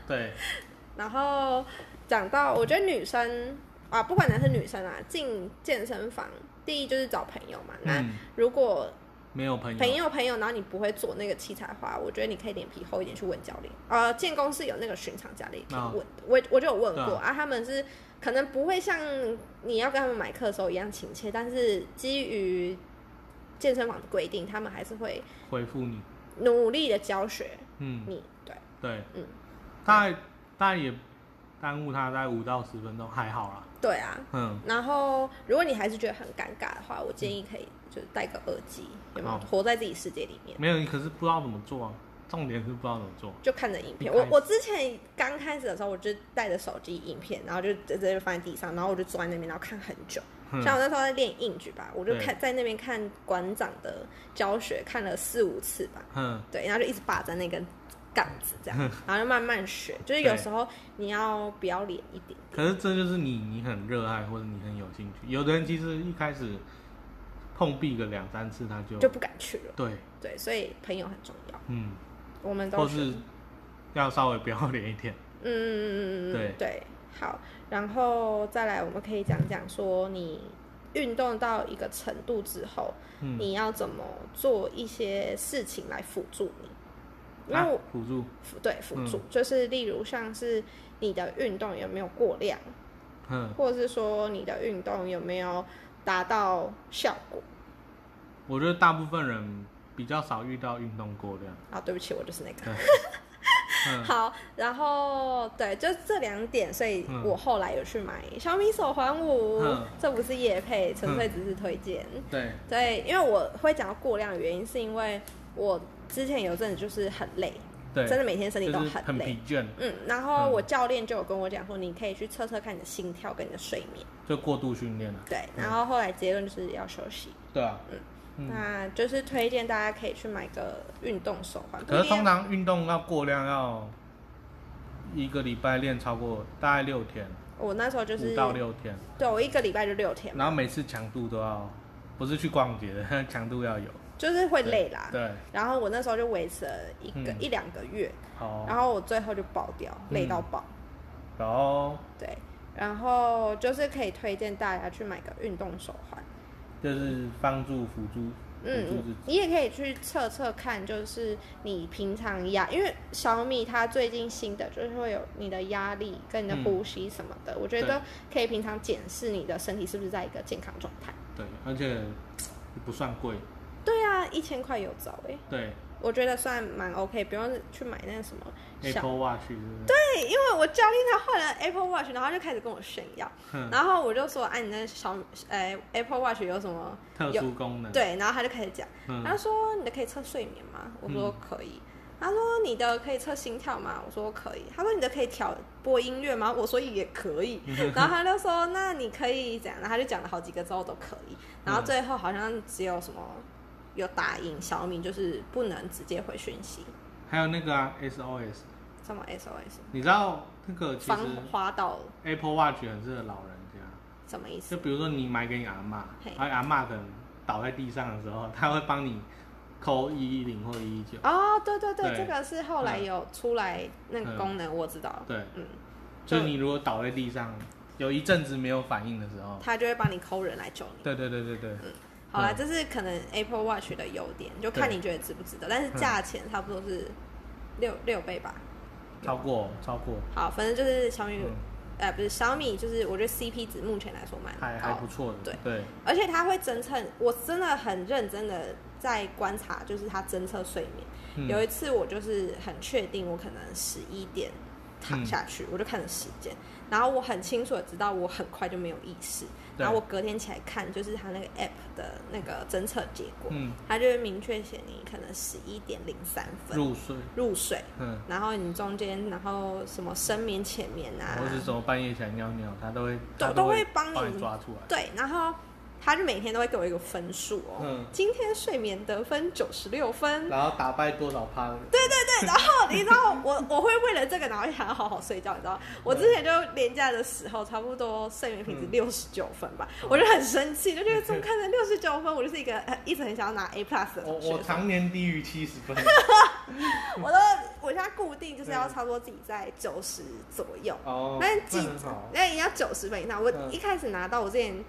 Speaker 1: 对，
Speaker 3: 然后讲到我觉得女生啊，不管男生女生啊，进健身房第一就是找朋友嘛，那
Speaker 1: 嗯，
Speaker 3: 如果
Speaker 1: 没有朋友，
Speaker 3: 朋友朋友，然后你不会做那个器材的话，我觉得你可以脸皮厚一点去问教练。呃，建工是有那个巡场教练可以
Speaker 1: 哦
Speaker 3: 问的，我我就有问
Speaker 1: 对啊
Speaker 3: 过啊，他们是可能不会像你要跟他们买课的时候一样亲切，但是基于健身房的规定，他们还是会
Speaker 1: 回复你，
Speaker 3: 努力的教学
Speaker 1: 嗯，
Speaker 3: 你。对，
Speaker 1: 对，
Speaker 3: 嗯，
Speaker 1: 大概大概也耽误他大概五到十分钟，还好啦，
Speaker 3: 对啊。
Speaker 1: 嗯，
Speaker 3: 然后如果你还是觉得很尴尬的话，我建议可以就是戴个耳机，有没有
Speaker 1: 哦？
Speaker 3: 活在自己世界里面。
Speaker 1: 没有，可是不知道怎么做啊，重点是不知道怎么做，
Speaker 3: 就看着影片。
Speaker 1: 一开
Speaker 3: 我
Speaker 1: 始
Speaker 3: 我之前刚开始的时候，我就带着手机影片，然后就直接放在地上，然后我就坐在那边，然后看很久。
Speaker 1: 嗯
Speaker 3: 像我那时候在练硬举吧，我就
Speaker 1: 对
Speaker 3: 看在那边看馆长的教学，看了四五次吧。
Speaker 1: 嗯，
Speaker 3: 对，然后就一直把着那根杠子这样，然后就慢慢学。就是有
Speaker 1: 对
Speaker 3: 时候你要不要脸一点
Speaker 1: 可是这就是你，你很热爱或者你很有兴趣。有的人其实一开始碰壁个两三次，他就
Speaker 3: 就不敢去了。
Speaker 1: 对，
Speaker 3: 对，所以朋友很重要，
Speaker 1: 嗯，
Speaker 3: 我们
Speaker 1: 或
Speaker 3: 都
Speaker 1: 是要稍微不要脸一点。
Speaker 3: 嗯嗯嗯嗯
Speaker 1: 对
Speaker 3: 嗯，对，好，然后再来，我们可以讲讲说你运动到一个程度之后，
Speaker 1: 嗯
Speaker 3: 你要怎么做一些事情来辅助你。因为
Speaker 1: 啊
Speaker 3: 我、
Speaker 1: 辅助，
Speaker 3: 辅对辅助、就是例如像是你的运动有没有过量，
Speaker 1: 嗯，
Speaker 3: 或者是说你的运动有没有达到效果。
Speaker 1: 我觉得大部分人比较少遇到运动过量。
Speaker 3: 啊，对不起，我就是那个。 <laughs>
Speaker 1: 对，嗯，
Speaker 3: 好，然后对，就这两点，所以
Speaker 1: 嗯
Speaker 3: 我后来有去买小米手环五
Speaker 1: 嗯，
Speaker 3: 这不是夜配，纯粹只是推荐。
Speaker 1: 对，
Speaker 3: 对，因为我会讲到过量的原因，是因为我之前有阵子就是很累，
Speaker 1: 对，
Speaker 3: 真的每天身体
Speaker 1: 就
Speaker 3: 都
Speaker 1: 是很
Speaker 3: 累。
Speaker 1: 疲倦，
Speaker 3: 嗯，然后
Speaker 1: 嗯
Speaker 3: 我教练就有跟我讲说，你可以去测测看你的心跳跟你的睡眠。
Speaker 1: 就过度训练了。
Speaker 3: 对，
Speaker 1: 嗯
Speaker 3: 然后后来结论就是要休息。
Speaker 1: 对啊，嗯，
Speaker 3: 那就是推荐大家可以去买个运动手环，不
Speaker 1: 可是
Speaker 3: 一定
Speaker 1: 通
Speaker 3: 要
Speaker 1: 常运动要过量要一个礼拜练超过大概六天，
Speaker 3: 我那时候就是
Speaker 1: 五到六天。
Speaker 3: 对我一个礼拜就六天嘛，
Speaker 1: 然后每次强度都要，不是去逛街 <laughs> 的，强度要有。
Speaker 3: 就是会累啦。
Speaker 1: 对，
Speaker 3: 然后我那时候就维持了一个、
Speaker 1: 嗯
Speaker 3: 一两个月，
Speaker 1: 好，
Speaker 3: 然后我最后就爆掉，累到爆。
Speaker 1: 然后
Speaker 3: 对，然后就是可以推荐大家去买个运动手环，
Speaker 1: 就是帮助辅助辅助自己
Speaker 3: 嗯，你也可以去测测看，就是你平常压，因为小米它最近新的就是会有你的压力跟你的呼吸什么的，我觉得可以平常检视你的身体是不是在一个健康状态。
Speaker 1: 对，而且也不算贵，
Speaker 3: 对啊，一千块有找哎、
Speaker 1: 对
Speaker 3: 我觉得算蛮 OK，不用去买那什么小。
Speaker 1: ，Apple Watch 是不是？对，
Speaker 3: 对，因为我教练他换了 Apple Watch，然后他就开始跟我炫耀，
Speaker 1: 嗯
Speaker 3: 然后我就说，哎、你那小哎 Apple Watch 有什么？
Speaker 1: 特殊功能，，
Speaker 3: 对，然后他就开始讲。他
Speaker 1: 嗯，
Speaker 3: 就说你的可以测睡眠吗？我说可以。他说你的可以测心跳吗？我说可以。他说你的可以调播音乐吗？我说也可以。
Speaker 1: 嗯
Speaker 3: 然后他就说那你可以怎样？然后他就讲了好几个之后都可以。然
Speaker 1: 嗯
Speaker 3: 后最后好像只有什么有打赢小米，就是不能直接回讯息，
Speaker 1: 还有那个啊 SOS，
Speaker 3: 什么 SOS
Speaker 1: 你知道那个其
Speaker 3: 防
Speaker 1: 实
Speaker 3: 滑倒
Speaker 1: Apple Watch 很适合老人家。
Speaker 3: 什么意
Speaker 1: 就
Speaker 3: 思？
Speaker 1: 比如说你买给你阿妈，
Speaker 3: 嘿
Speaker 1: 而阿妈可能倒在地上的时候，他会帮你扣一一零或一一九。
Speaker 3: 哦，对对对，
Speaker 1: 对
Speaker 3: 这个是后来
Speaker 1: 嗯
Speaker 3: 有出来那个功能，我知道。
Speaker 1: 对，
Speaker 3: 嗯，
Speaker 1: 就是你如果倒在地上有一阵子没有反应的时候，
Speaker 3: 他就会帮你抠人来救你。
Speaker 1: 对对对对对，
Speaker 3: 好啦，
Speaker 1: 嗯
Speaker 3: 这是可能 Apple Watch 的优点，就看
Speaker 1: 对嗯
Speaker 3: 你觉得值不值得。但是价钱差不多是六六倍吧。
Speaker 1: 超过超过，
Speaker 3: 好，反正就是小米，
Speaker 1: 嗯，
Speaker 3: 呃，不是小米，就是我觉得 CP 值目前来说蛮
Speaker 1: 还还
Speaker 3: 高
Speaker 1: 不，错的
Speaker 3: 对，
Speaker 1: 对
Speaker 3: 而且它会侦测，我真的很认真的在观察，就是它侦测睡眠。
Speaker 1: 嗯
Speaker 3: 有一次我就是很确定，我可能十一点躺
Speaker 1: 嗯
Speaker 3: 下去，我就看了时间，然后我很清楚的知道我很快就没有意识，
Speaker 1: 对
Speaker 3: 然后我隔天起来看，就是它那个 app 的那个侦测结果，
Speaker 1: 嗯
Speaker 3: 它就会明确写你可能十一点零三分
Speaker 1: 入睡，
Speaker 3: 入睡，
Speaker 1: 嗯，
Speaker 3: 然后你中间然后什么深眠浅眠啊，
Speaker 1: 或哦是什么半夜起来尿尿，他都会
Speaker 3: 都
Speaker 1: 他
Speaker 3: 都
Speaker 1: 会
Speaker 3: 会帮你
Speaker 1: 帮抓出来，
Speaker 3: 对，然后他就每天都会给我一个分数哦，
Speaker 1: 嗯
Speaker 3: 今天睡眠得分九十六分，
Speaker 1: 然后打败多少趴的人，
Speaker 3: 对对对，然后你知道我我会为了这个，然后想要好好睡觉，你知道吗？我之前就廉假的时候，差不多睡眠品质
Speaker 1: 嗯
Speaker 3: 六十九分吧，我就很生气，就觉得怎么可能六十九分？我就是一个呃一直很想要拿 A plus
Speaker 1: 我
Speaker 3: 的同学
Speaker 1: 哦我，常年低于七十
Speaker 3: <laughs>
Speaker 1: 分，
Speaker 3: 我都我现在固定就是
Speaker 1: 嗯
Speaker 3: 要差不多自己在九十左右，
Speaker 1: 哦，
Speaker 3: 但是
Speaker 1: 那
Speaker 3: 记
Speaker 1: 很好，
Speaker 3: 那也要九十分以上。我
Speaker 1: 嗯
Speaker 3: 一开始拿到我之前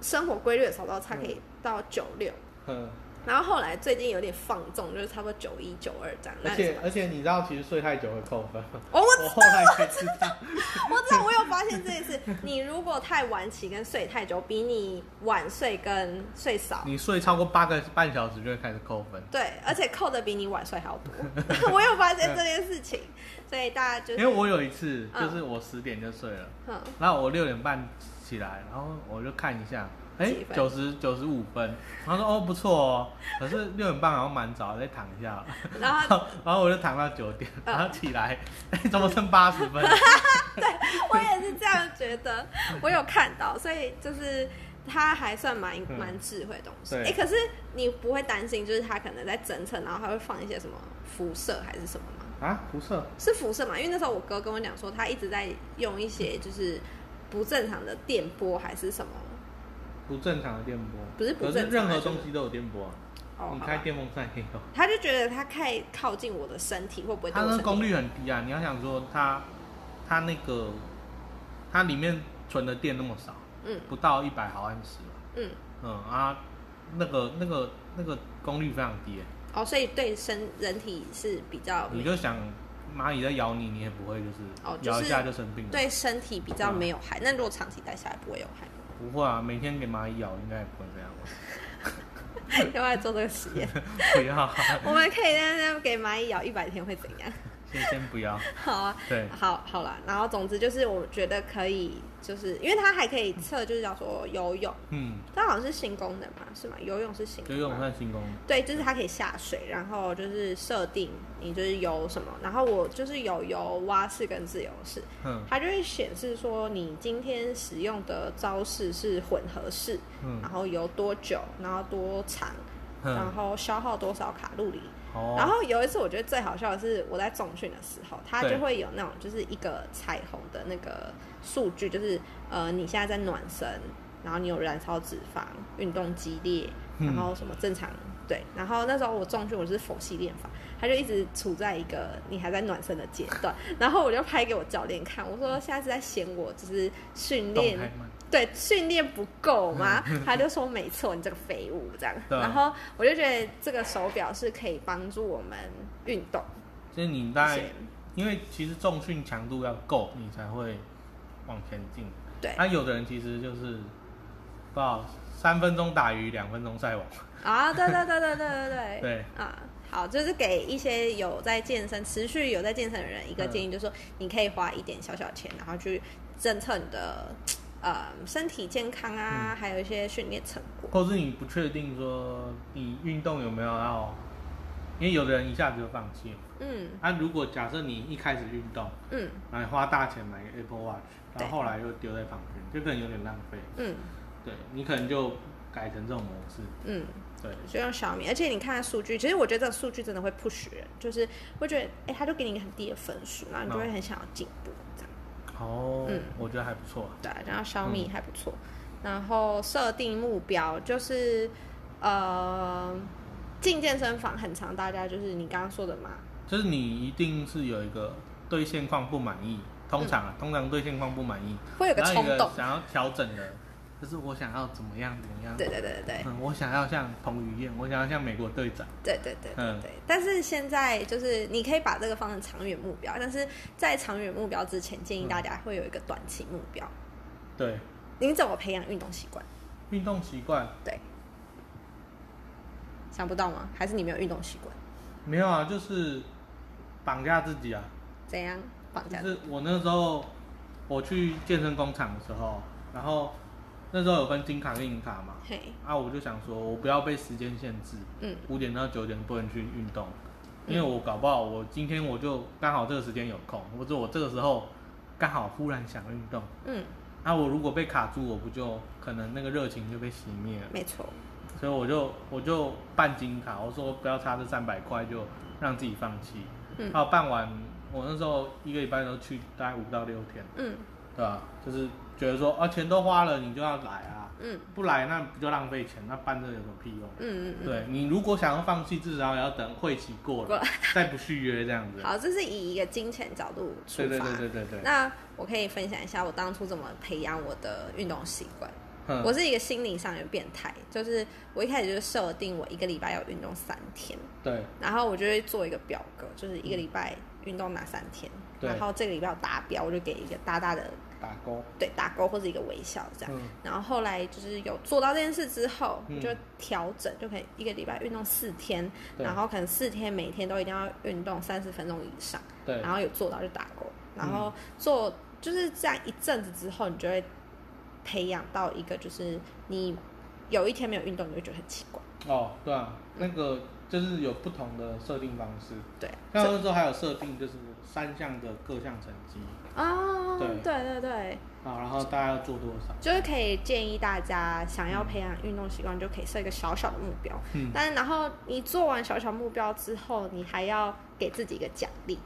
Speaker 3: 生活规律的时候，都差可以到九六。
Speaker 1: 嗯。
Speaker 3: 然后后来最近有点放纵，就是差不多九一九二这样。
Speaker 1: 而
Speaker 3: 那
Speaker 1: 且而且你知道，其实睡太久会扣
Speaker 3: <laughs>
Speaker 1: 分。
Speaker 3: 我我
Speaker 1: 我后来才知道，
Speaker 3: <laughs> 我知道，我有发现这件事。你如果太晚起跟睡太久，比你晚睡跟睡少，
Speaker 1: 你睡超过八个半小时就会开始扣分。
Speaker 3: 对，而且扣的比你晚睡还要多。 <laughs> 我有发现这件事情，所以大家就
Speaker 1: 因
Speaker 3: 是
Speaker 1: 为我有一次，
Speaker 3: 嗯
Speaker 1: 就是我十点就睡了，
Speaker 3: <laughs> 嗯
Speaker 1: 然后我六点半起来，然后我就看一下，哎
Speaker 3: 几，分
Speaker 1: 九十九十五分，然后说哦不错哦，可是六点半好像蛮早，再躺一下，
Speaker 3: 然
Speaker 1: <laughs> 然
Speaker 3: 后
Speaker 1: 后然后我就躺到九点，
Speaker 3: 嗯
Speaker 1: 然后起来， <laughs> 哎，怎么剩八十分？
Speaker 3: 我也是这样觉得，我有看到，所以就是。它还算蛮
Speaker 1: 嗯
Speaker 3: 蛮智慧的东西，哎、
Speaker 1: 对
Speaker 3: 可是你不会担心，就是它可能在侦测，然后它会放一些什么辐射还是什么吗？
Speaker 1: 啊，不是，
Speaker 3: 是辐射嘛？因为那时候我哥跟我讲说，他一直在用一些就是不正常的电波还是什么
Speaker 1: 不正常的电波，
Speaker 3: 不是不
Speaker 1: 可
Speaker 3: 正常
Speaker 1: 是任何
Speaker 3: 就是
Speaker 1: 东西都有电波啊，
Speaker 3: 哦，
Speaker 1: 你
Speaker 3: 好
Speaker 1: 开
Speaker 3: 吧
Speaker 1: 电风扇也有。
Speaker 3: 他就觉得他太靠近我的身体，会不会对
Speaker 1: 它
Speaker 3: 我
Speaker 1: 那
Speaker 3: 身
Speaker 1: 个
Speaker 3: 体？
Speaker 1: 功率很低啊！你要想说它，它那个它里面存的电那么少，
Speaker 3: 嗯
Speaker 1: 不到一百毫安时吧，
Speaker 3: 嗯，
Speaker 1: 嗯啊，那个那个那个功率非常低欸、
Speaker 3: 哦，所以对身人体是比较
Speaker 1: 你就想蚂蚁在咬你，你也不会就是
Speaker 3: 哦就是
Speaker 1: 咬一下就生病了，
Speaker 3: 对身体比较没有害。那如果长期戴下来不会有害 <laughs> 吗？
Speaker 1: 不会啊，每天给蚂蚁咬应该也不会这样吧， <laughs>
Speaker 3: 要不要来做这个实验？ <laughs>
Speaker 1: 不要啊，
Speaker 3: 我们可以在那给蚂蚁咬一百天会怎样？ <laughs>
Speaker 1: 先先不要，
Speaker 3: 好啊，
Speaker 1: 对，
Speaker 3: 好，好了。然后总之就是，我觉得可以，就是因为它还可以测，就是叫做游泳，
Speaker 1: 嗯，
Speaker 3: 它好像是新功能嘛，是吗？游泳是新
Speaker 1: 游
Speaker 3: 功能
Speaker 1: 泳
Speaker 3: 吗。
Speaker 1: 算新功，
Speaker 3: 对，就是它可以下水，然后就是设定你就是游什么，然后我就是有游蛙式跟自由式，
Speaker 1: 嗯
Speaker 3: 它就会显示说你今天使用的招式是混合式，
Speaker 1: 嗯
Speaker 3: 然后游多久，然后多长，然
Speaker 1: 嗯，
Speaker 3: 后消耗多少卡路里。然
Speaker 1: 哦，
Speaker 3: 后有一次我觉得最好笑的是我在重训的时候，它
Speaker 1: 对
Speaker 3: 就会有那种就是一个彩虹的那个数据，就是呃你现在在暖身，然后你有燃烧脂肪，运动激烈，
Speaker 1: 嗯
Speaker 3: 然后什么正常。对，然后那时候我重训，我是否系练法，他就一直处在一个你还在暖身的阶段。然后我就拍给我教练看，我说下次在嫌我就是训
Speaker 1: 动
Speaker 3: 练
Speaker 1: 太慢，
Speaker 3: 对训练不够吗？他就说没错，你这个废物这样。
Speaker 1: 嗯对啊
Speaker 3: 然后我就觉得这个手表是可以帮助我们运动
Speaker 1: 就是你
Speaker 3: 这
Speaker 1: 大概
Speaker 3: 些，
Speaker 1: 因为其实重训强度要够，你才会往前进。
Speaker 3: 对
Speaker 1: 那、有的人其实就是，不好三分钟打鱼两分钟晒网，
Speaker 3: 啊，对对对对对对对
Speaker 1: 对，
Speaker 3: 啊，好，就是给一些有在健身、持续有在健身的人一个建议，就是说你可以花一点小小钱，然后去侦测你的呃身体健康
Speaker 1: 嗯
Speaker 3: 啊，还有一些训练成果。
Speaker 1: 或是你不确定说你运动有没有要，因为有的人一下子就放弃了。
Speaker 3: 嗯
Speaker 1: 那、如果假设你一开始运动，
Speaker 3: 嗯
Speaker 1: 然后你花大钱买个 Apple Watch，
Speaker 3: 对
Speaker 1: 然后后来又丢在旁边，就可能有点浪费。
Speaker 3: 嗯
Speaker 1: 对你可能就改成这种模式。
Speaker 3: 嗯，
Speaker 1: 对，
Speaker 3: 就用小米，而且你看它数据，其实我觉得这个数据真的会 push 人，就是会觉得哎，他就给你一个很低的分数，然后你就会很想要进步这样。
Speaker 1: 哦，
Speaker 3: 嗯
Speaker 1: 我觉得还不错、啊。
Speaker 3: 对啊，然后小米还不错，然后设定目标就是呃进健身房很常大家就是你刚刚说的嘛，
Speaker 1: 就是你一定是有一个对现况不满意，通常啊，通常对现况不满意，
Speaker 3: 嗯会有个
Speaker 1: 然后
Speaker 3: 冲动，
Speaker 1: 想要调整的，就是我想要怎么样怎么样。
Speaker 3: 对对对对对
Speaker 1: 嗯，我想要像彭于晏，我想要像美国队长。
Speaker 3: 对对对对
Speaker 1: 嗯
Speaker 3: 对。但是现在就是你可以把这个放成长远目标，但是在长远目标之前，建议大家会有一个短期目标。
Speaker 1: 对，
Speaker 3: 你怎么培养运动习惯？
Speaker 1: 运动习惯
Speaker 3: 对，想不到吗？还是你没有运动习惯？
Speaker 1: 没有啊，就是绑架自己啊。
Speaker 3: 怎样绑架
Speaker 1: 就？是我那时候我去健身工厂的时候，然后那时候有分金卡跟银卡嘛，
Speaker 3: 嘿，
Speaker 1: 啊，我就想说我不要被时间限制，
Speaker 3: 嗯
Speaker 1: 五点到九点不能去运动，因为我搞不好我今天我就刚好这个时间有空，或者我这个时候刚好忽然想运动，
Speaker 3: 嗯，
Speaker 1: 啊，我如果被卡住，我不就可能那个热情就被熄灭了，
Speaker 3: 没错，
Speaker 1: 所以我就我就办金卡，我说不要差这三百块，就让自己放弃。
Speaker 3: 嗯
Speaker 1: 啊，办完我那时候一个礼拜都去大概五到六天，
Speaker 3: 嗯
Speaker 1: 对吧、就是觉得说啊，钱都花了，你就要来啊，
Speaker 3: 嗯
Speaker 1: 不来那不就浪费钱？那办这个有什么屁用？
Speaker 3: 嗯嗯嗯。
Speaker 1: 对你如果想要放弃，至少也要等会期过
Speaker 3: 过
Speaker 1: 了再不续约这样子。
Speaker 3: 好，这是以一个金钱角度出
Speaker 1: 对
Speaker 3: 发。
Speaker 1: 对对对对对。
Speaker 3: 那我可以分享一下我当初怎么培养我的运动习惯。
Speaker 1: 嗯
Speaker 3: 我是一个心理上有变态，就是我一开始就设定我一个礼拜要运动三天，
Speaker 1: 对
Speaker 3: 然后我就会做一个表格，就是一个礼拜运动哪三天，
Speaker 1: 对
Speaker 3: 然后这个礼拜有达标，我就给一个大大的
Speaker 1: 打勾，
Speaker 3: 对打勾或者一个微笑这样。
Speaker 1: 嗯
Speaker 3: 然后后来就是有做到这件事之后，
Speaker 1: 嗯
Speaker 3: 我就调整，就可以一个礼拜运动四天，
Speaker 1: 对
Speaker 3: 然后可能四天每天都一定要运动三十分钟以上。
Speaker 1: 对嗯
Speaker 3: 然后有做到就打勾，然后做、就是这样一阵子之后，你就会培养到一个就是你有一天没有运动，你会觉得很奇怪，
Speaker 1: 哦对啊，那个就是有不同的设定方式。
Speaker 3: 对，
Speaker 1: 像
Speaker 3: 所以
Speaker 1: 那时候还有设定就是三项的各项成绩
Speaker 3: 哦，
Speaker 1: 对
Speaker 3: 对对对，
Speaker 1: 啊，然后大家要做多少？
Speaker 3: 就是可以建议大家想要培养运动习惯，就可以设一个小小的目标，
Speaker 1: 嗯
Speaker 3: 但然后你做完小小目标之后，你还要给自己一个奖励。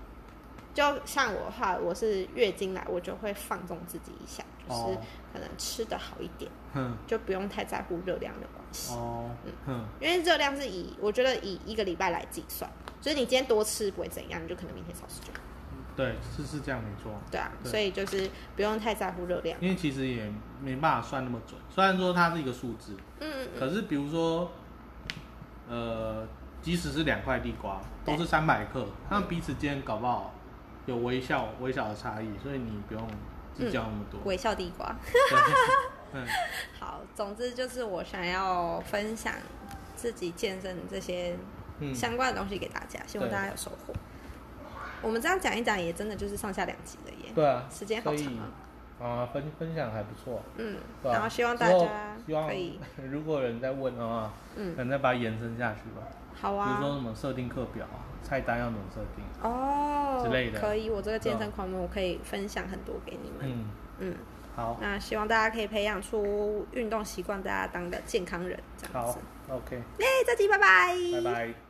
Speaker 3: 就像我的话，我是月经来，我就会放纵自己一下，就是
Speaker 1: 哦
Speaker 3: 可能吃的好一点，
Speaker 1: 哼
Speaker 3: 就不用太在乎热量的关系。
Speaker 1: 哦
Speaker 3: 嗯
Speaker 1: 哼
Speaker 3: 因为热量是以我觉得以一个礼拜来计算，所以你今天多吃不会怎样，你就可能明天少吃就好
Speaker 1: 对是是这样没错，
Speaker 3: 对啊，
Speaker 1: 对
Speaker 3: 所以就是不用太在乎热量。
Speaker 1: 因为其实也没办法算那么准，虽然说它是一个数字，
Speaker 3: 嗯
Speaker 1: 可是比如说，呃，即使是两块地瓜，
Speaker 3: 对
Speaker 1: 都是三百克，他们彼此间搞不好有微笑微小的差异，所以你不用计较那么 <laughs> 多。
Speaker 3: 微笑地瓜。
Speaker 1: 对嗯，
Speaker 3: 好，总之就是我想要分享自己健身这些
Speaker 1: 嗯
Speaker 3: 相关的东西给大家，希望
Speaker 1: 对
Speaker 3: 大家有收获。我们这样讲一讲，也真的就是上下两集了耶。
Speaker 1: 对啊，
Speaker 3: 时间好
Speaker 1: 所以
Speaker 3: 长啊。
Speaker 1: 啊，分分享还不错，
Speaker 3: 嗯，
Speaker 1: 对吧啊
Speaker 3: 然后希望大
Speaker 1: 之后
Speaker 3: 家
Speaker 1: 希望
Speaker 3: 可以，
Speaker 1: <laughs> 如果有人在问的话，
Speaker 3: 嗯
Speaker 1: 可能再把它延伸下去吧，
Speaker 3: 好
Speaker 1: 比如
Speaker 3: 啊
Speaker 1: 说。什么设定课表啊，菜单要怎么设定，
Speaker 3: 哦，
Speaker 1: 之类的
Speaker 3: 可以，我这个健
Speaker 1: 对啊
Speaker 3: 身狂魔，我可以分享很多给你们。
Speaker 1: 嗯，
Speaker 3: 嗯，
Speaker 1: 好，
Speaker 3: 那希望大家可以培养出运动习惯，大家当个健康人这样
Speaker 1: 好
Speaker 3: 子。
Speaker 1: ，OK，
Speaker 3: 哎、再见，拜拜。
Speaker 1: 拜拜。